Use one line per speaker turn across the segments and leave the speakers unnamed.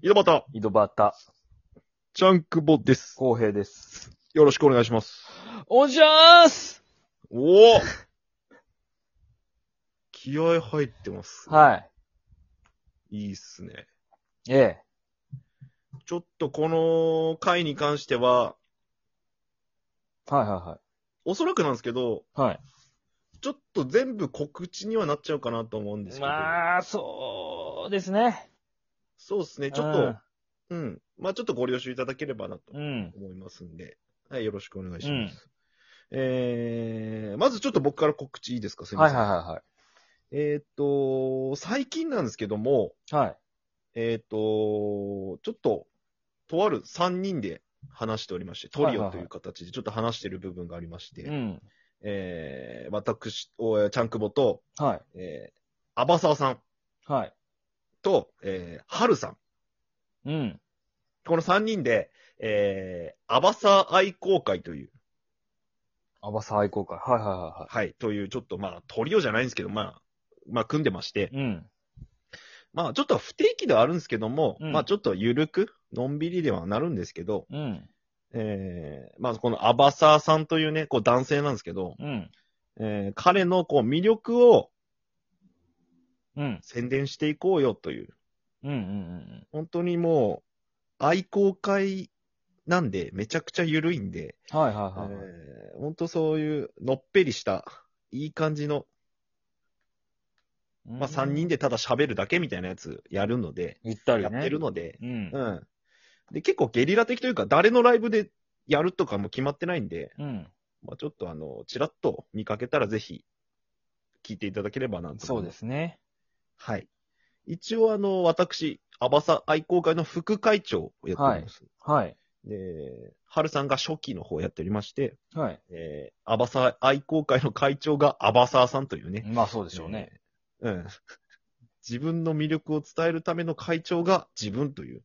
井戸端、
井戸端、
ジャンクボです。
公平です。
よろしくお願いします。
おじゃーす
おお 気合入ってます。
はい
いっすね。
い。え
ちょっとこの回に関しては、
え。はいは
おそらくなんですけど、
いはい。は
ちょっと全部告知にはなっちゃうかなと思うんですけど。
まあ、そうですね。
そうですね。ちょっと、うん。まあちょっとご了承いただければなと
うん。
思いますんで。はい、よろしくお願いします。
うん
えー、まずちょっと僕から告知いいですかすいま
はいはい
せん。
は
えーっ、と、最近なんですけども、
いはい。はい。
えーっ、と、ちょっと、とある3人で話しておりまして、トリオという形でちょっと話してる部分がありまして、
うん。
えー、私、おえーちゃんくぼと、
は
えー、アバサワさん
い。はい。
と、えー、はるさん。
うん。
この3人で、えー、アバサー愛好会という、
アバサ愛好会。はいはいは
はい、というちょっとまあ、トリオじゃないんですけど、まあ、まあ、組んでまして、
いはい。うん。
まあ、ちょっと不定期ではあるんですけども、
うん
まあ、ちょっと緩く、のんびりではなるんですけど、
うん。
えー、まあ、このアバサーさんというね、こう男性なんですけど、
うん。
えー、彼のこう魅力を
うん。
宣伝していこうよという、
うん。うん。うん。
本当にもう、愛好会なんで、めちゃくちゃ緩いんで、
はいはいはいはい。
えー、本当そういう、のっぺりした、いい感じの、まあ、3人
で。
でただ喋るだけみたいなやつやるので、
ゆったり
や
ね。
ってるので、
うん。
うん。で、結構ゲリラ的というか、誰のライブでやるとかも決まってないんで、
うん。
まあ、ちょっとあの、ちらっと見かけたらぜひ、聞いていただければなと思います。
そうで。すね。
はい。一応あの、私、アバサ愛好会の副会長をやっております。
はい。
で、ハルさんが初期の方をやっておりまして、
はい。
えー、アバサ愛好会の会長がアバサーさんというね。
まあそうでしょうね。
えー。うん。 自分の魅力を伝えるための会長が自分という、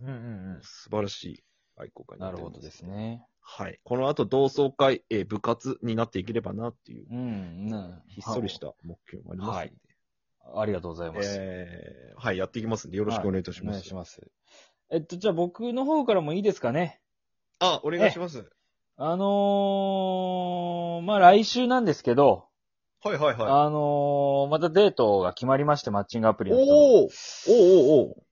うんうん
素晴らしい愛好会
う
に
ん。
なっ
なる
てお
ほ
ります
どですね。
はい。この後、同窓会、えー部活になっていければなっていう、
うん。ね
ひっそりし。た目標もありますんで。
ありがとうございます。
えーはい、やっていきますんで、よろしくお願いいたし
お
ます。
願いします。えっと、じゃあ僕の方からもいいですかね。
あ、お願いします。
あのー、まあ、来週なんですけど、
はいはいはい。
あのー、またデートが決まりまして、マッチングアプリの人
お
の
ーおーおーおー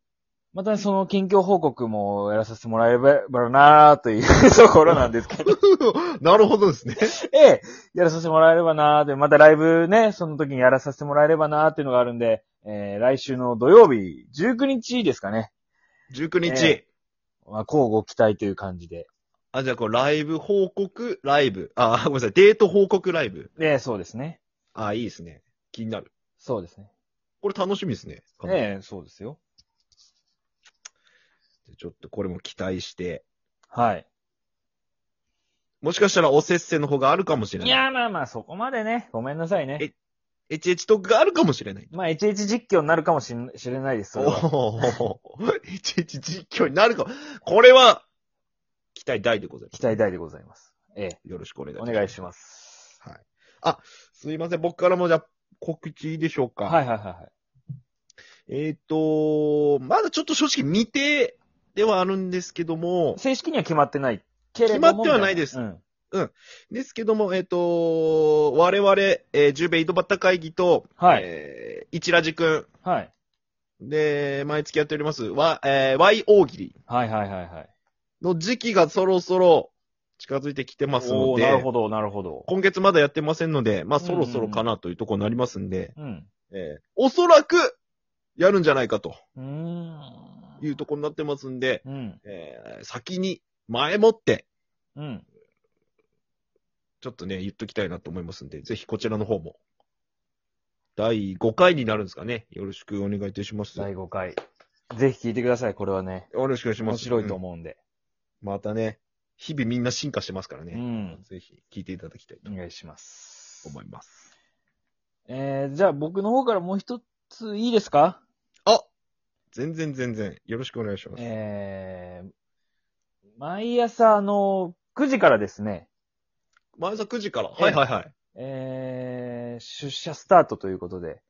またね、その近況報告もやらさせてもらえればなーという ところなんですけど、
なるほどですね。
ええ、やらさせてもらえればなーで、またライブね、その時にやらさせてもらえればなーっていうのがあるんで、えー、来週の土曜日、19日ですかね。
19日。
えまあ、交互期待という感じで。
あ、じゃあ、こう、ライブ報告、ライブ。あ、ごめんなさい。デート報告ライブ。
ええ、そうですね。
あ、いいですね。気になる。
そうですね。
これ楽しみですね。
ええ、そうですよ。
ちょっとこれも期待して。
はい。
もしかしたらおせっせの方があるかもしれない
い。や、まあまあ、そこまでね。ごめんなさいね。
えエチエチトークがあるかもしれない。
まあ、HH 実況になるかもしれ知れないです、それは。
おーいちいち実況になるか。これは、期待大でございま
期待大でございます。ええ、
す。よろしくお願い
お願いし
ま
ます。
はい。あ、すいません。僕からもじゃあ告知いいでしょうか。。
はいいはいはいはい。
えっ、と、まだちょっと正直未定ではあるんですけども、
正式には決まってない。けれども
決まってはないです
うん。
ですけども、えっ、と、我々、えー、十兵衛井戸端会議と、
はい
えー、一ラジく
はい。
んで、毎月やっております、わ、えー、Y 大喜利
はいはいはいはい。
の時期がそろそろ近づいてきてますの
おー
で、
なるほど、なるほど。
今月まだやってませんので、まあそろそろかなというところになりますんで、
うん。
えーおそらくやるんじゃないかと
うーん。
いうところになってますんで、
うん。
えー先に前もって、
うん。
ちょっとね、言っときたいなと思いますんで、ぜひこちらの方も。第5回になるんですかね。よろしくお願いいたします。
第5回。ぜひ聞いてください、これはね。
よろしくお願いします。
面白いと
うん
思うんで。
またね、日々みんな進化してますから
う
ね。
ん。
ぜひ聞いていただきたいと
お願いします。
思います。
えー、じゃあ僕の方からもう一ついいですか
あ全然全然。よろしくお願いします。
えー、毎朝、あの、9時からですね、
前朝9時から。
え
はいはいはい。
えー、出社スタートということで、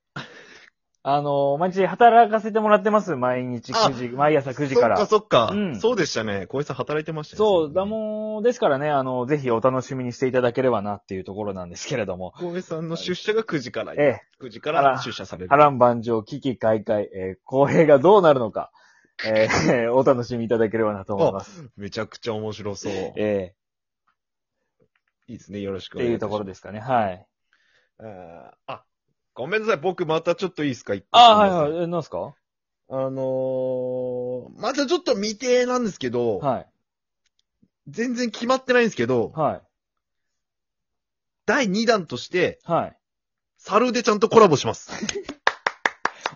あの、毎日働かせてもらってます。毎日
あ
9時、毎朝9時から。
そっかそっか、
うん
そうでしたね。小江さん働いてましたね。
そう、だもん、ですからね、あの、ぜひお楽しみにしていただければなっていうところなんですけれども。
小江さんの出社が9時から、
え
9時か
あ
ら
ら
出社され
え、
る
波。乱万丈、危機開会、えー、公平がどうなるのか、えーお楽しみいただければなと思います。
めちゃくちゃ面白そう。い
え
いですね。よろし
ー、
くお
って
願い
い
いうたし
と
ま
こ
す
ろ。ですかね、はい。
あーあ、ごめんなさい。僕またちょっといいですか。
ああ、はいはいい、え、なんすか
あのー、またちょっと未定なんですけど、
はい、
全然決まってないんですけど、
はい、
第2弾として、
はい。
サルーデちゃんとコラボし ます。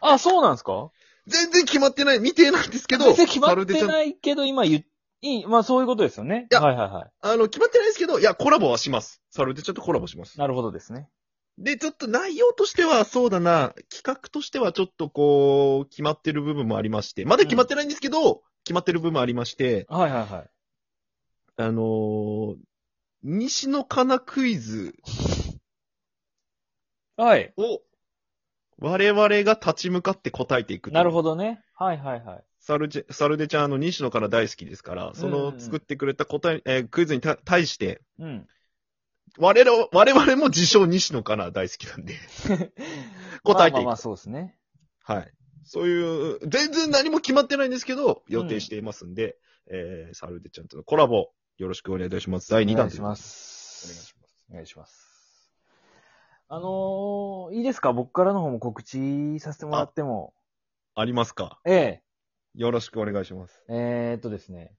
あ、そうなんですか
全然決まってない、未定なんですけど、
別に決まっ
サルーデち
て
ゃん
ないけど、今言っいい、まあそういうことですよね。
いや
はいはいはい。
あの、決まってないですけど、いや、コラボはします。サルーデちゃんとコラボします。
なるほどですね。
で、ちょっと内容としては、そうだな、企画としてはちょっとこう、決まってる部分もありまして、まだ決まってないんですけど、決まってる部分もありまして、
はいはいはい。
あのー、西のかなクイズ
はい。
を、我々が立ち向かって答えていくという
なるほどね。はいはいはい。
サルジェサルデちゃん、あの、西野から大好きですから、そ
うんうんう
の
ん
作ってくれた答え、えークイズにた対して、
うん。
我々、我々も自称西野から大好きなんで、答えて
まあまあ
いく。
まあそうですね。
はい。そういう、全然何も決まってないんですけど、予定していますんで、えー、サルデちゃんとのコラボ、よろしくお願いいたします。第2弾
お願い
とい
し
うこと
ま。
です
お願いします。あのー、いいですか僕からの方も告知させてもらっても。
ありますか
え
よろしくお願いします。
え。えー、っとですね。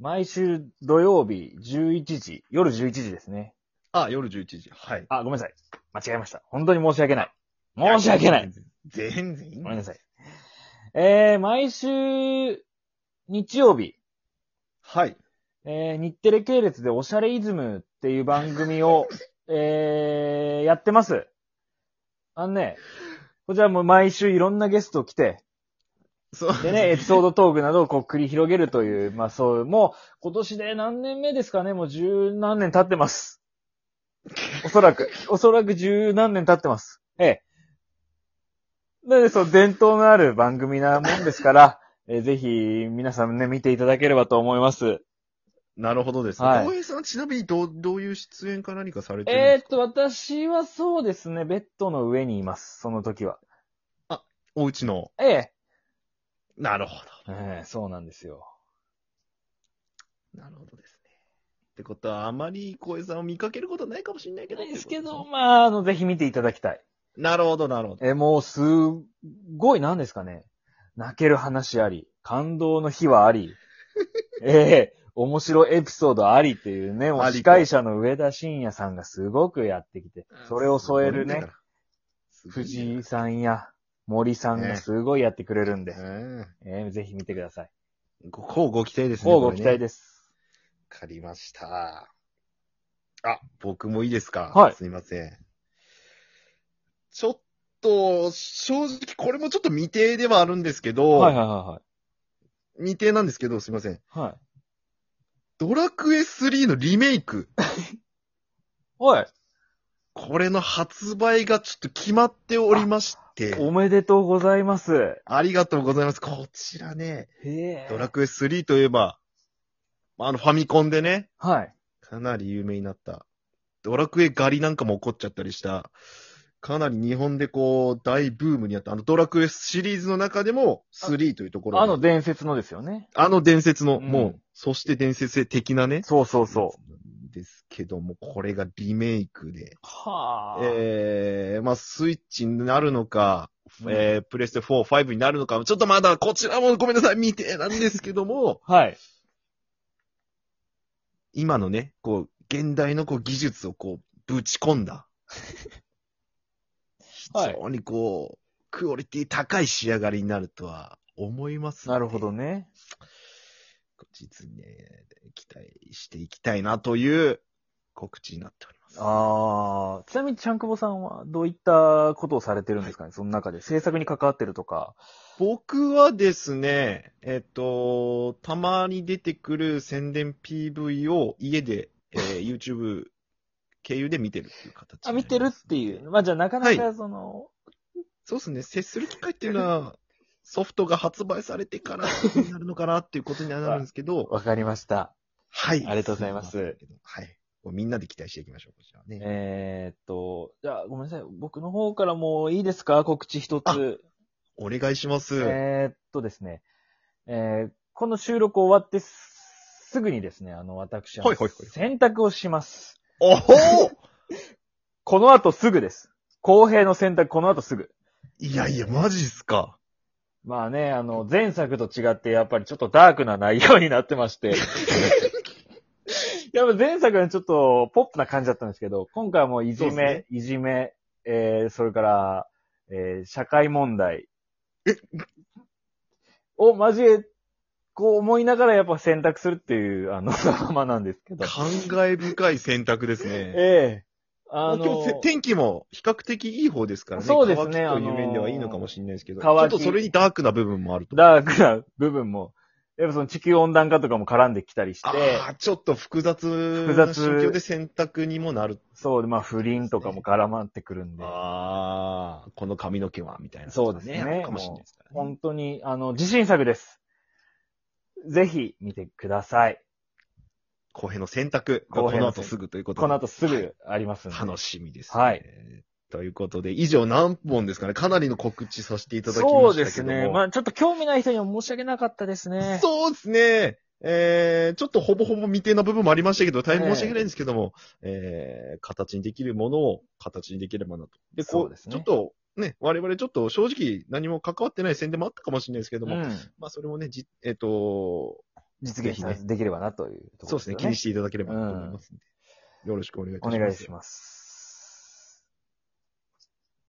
毎週土曜日11時、夜11時ですね。
あ、夜11時。はい。
あ、ごめんなさい。間違えました。本当に申し訳ない。申し訳ない。。
全然いいん
ご
だ
めんなさい。えー、毎週日曜日、
はい。
えー、日テレ系列でおしゃれイズムっていう番組を、えー、やってます。あのね、こちらもう毎週いろんなゲスト来て、
そう。
でね、エピソードトークなどをこう繰り広げるという、まあそう、もう今年で何年目ですかね、もう十何年経ってます。おそらく、おそらく十何年経ってます。ええ。なので、そう、伝統のある番組なもんですから、えーぜひ、皆さんね、見ていただければと思います。
なるほどですね。
はい
大平さんはちなみにどう、どういう出演か何かされてるんですか
えーっと、私はそうですね、ベッドの上にいます、その時は。
おうちの。
ええ。
なるほ
ええ、そうなんですよ。
ど。なるほどですね。ってことは、あまり小江さんを見かけることないかもしれないけど。
ないですけど、。まあ、あの、ぜひ見ていただきたい。
なるほど、なるほど。
え、もうすごい何ですかね。泣ける話あり、感動の日はあ り、ええ面白いエピソードありっていうね、も
あ
う
りと
司会者の上田晋也さんがすごくやってきて、それを添える
す
ね、
ごいんだから。
藤井さんや森さんがすごいやってくれるんで、ええぜひ見てください。
うんご乞うご期待ですね。
もうご期待
す。わ
です。
かりました。あ、僕もいいですか
はい
すいません。ちょっと、正直、これもちょっと未定ではあるんですけど、
はいはいは
未定なんですけど、すいません。
いはい。はい。
ドラクエ3のリメイク。
おい、
これの発売がちょっと決まっておりまして、
おめでとうございます。
ありがとうございます。こちらね、
へえ。
ドラクエ3といえば、あのファミコンでね、
はい。
かなり有名になった、ドラクエ狩りなんかも起こっちゃったりした、かなり日本でこう、大ブームになった、あのドラクエシリーズの中でも3というところが
あの伝説のですよね。
あの伝説の、
うん
もう、そして伝説的なね、
そうそうそう。
う。ですけども、これがリメイクで、
はあ。
えー、まあ、スイッチになるのか、
うん、
えー、プレステ4、5になるのか、ちょっとまだこちらもごめんなさい、未定なんですけども
はい。
今のね、こう、現代のこう技術をこう、ぶち込ん だ。非
はい
常にこう、クオリティ高い仕上がりになるとは思います、
なるほど。ね。
実にね、期待していきたいなという告知になっております。
ああ、ちなみにちゃんくぼさんはどういったことをされてるんですかね、その中で。制作に関わってるとか。
僕はですね、えっ、と、たまに出てくる宣伝 PV を家で、えー YouTube 経由で見てるっていう形になります。
ていう。まあじゃあなか
なか
その、
そうですね、接する機会っていうのは、ソフトが発売されてからになるのかなっていうことにはなるんですけど、
わかりました。
はい。
ありがとうございます。
はい。もうみんなで期待していきましょう、こちらはね。
えーっと、じゃあごめんなさい。僕の方からもういいですか告知一つ。
お願いします。
えーっとですね。えーこの収録終わってすすぐにですね、あの、私、あの
はいはいはい
洗濯をします。
おほー
この後すぐです。公平の洗濯、この後すぐ。
いやいや、マジっすか。
まあね、あの、前作と違って、やっぱりちょっとダークな内容になってま して。やっぱ前作はちょっとポップな感じだったんですけど、今回はもういじ
そう
め、
で
いじめ、えー、それから、えー、社会問題。を交え、こう思いながらやっぱ選択するっていう、あの、 ドラマなんですけど。
感慨深い選択ですね。
ええ
ま
あ
あ今日
の
せ、天気も比較的いい方ですからね。
そうですね
乾きとい
あ
う
の
面ではいいのかもしれないですけど、ちょ
乾
っと
き
それにダークな部分もあると。
ダークな部分も、やっぱその地球温暖化とかも絡んできたりして、
ああ、ちょっと複雑
複
な
雑
心境で選択にもなる。
そう、まあ不倫とかも絡まってくるんで。
ああ、この髪の毛は、みたいな。
そうですね
あるかもしれないですからね。
本当に、あの、自信作です。ぜひ見てください。
公平の選択がこ
公平
の
の選択
後すぐということで。
この後すぐありますんで。
楽しみです、
はい。
ということで、以上何本ですかねかなりの告知させていただきましたけど
そ
も。
うですね。まあちょっと興味ない人には申し訳なかったですね。
そうですね。えー、ちょっとほぼほぼ未定な部分もありましたけど、大変申し訳ないんですけども、えー、形にできるものを形にできればなと。で、こ
そう
う
です
ちょっ
ね。
と、ね、我々ちょっと正直何も関わってない宣伝もあったかもしれないですけども、
うん、
まあそれもね、じ、えっ、と、
実現
ぜひね
できればなという
そ
とこ
う
ろ
ですね、気に
ね。
していただければなと思いますんで、よろしくお願いいたし
お
ます。
願いします。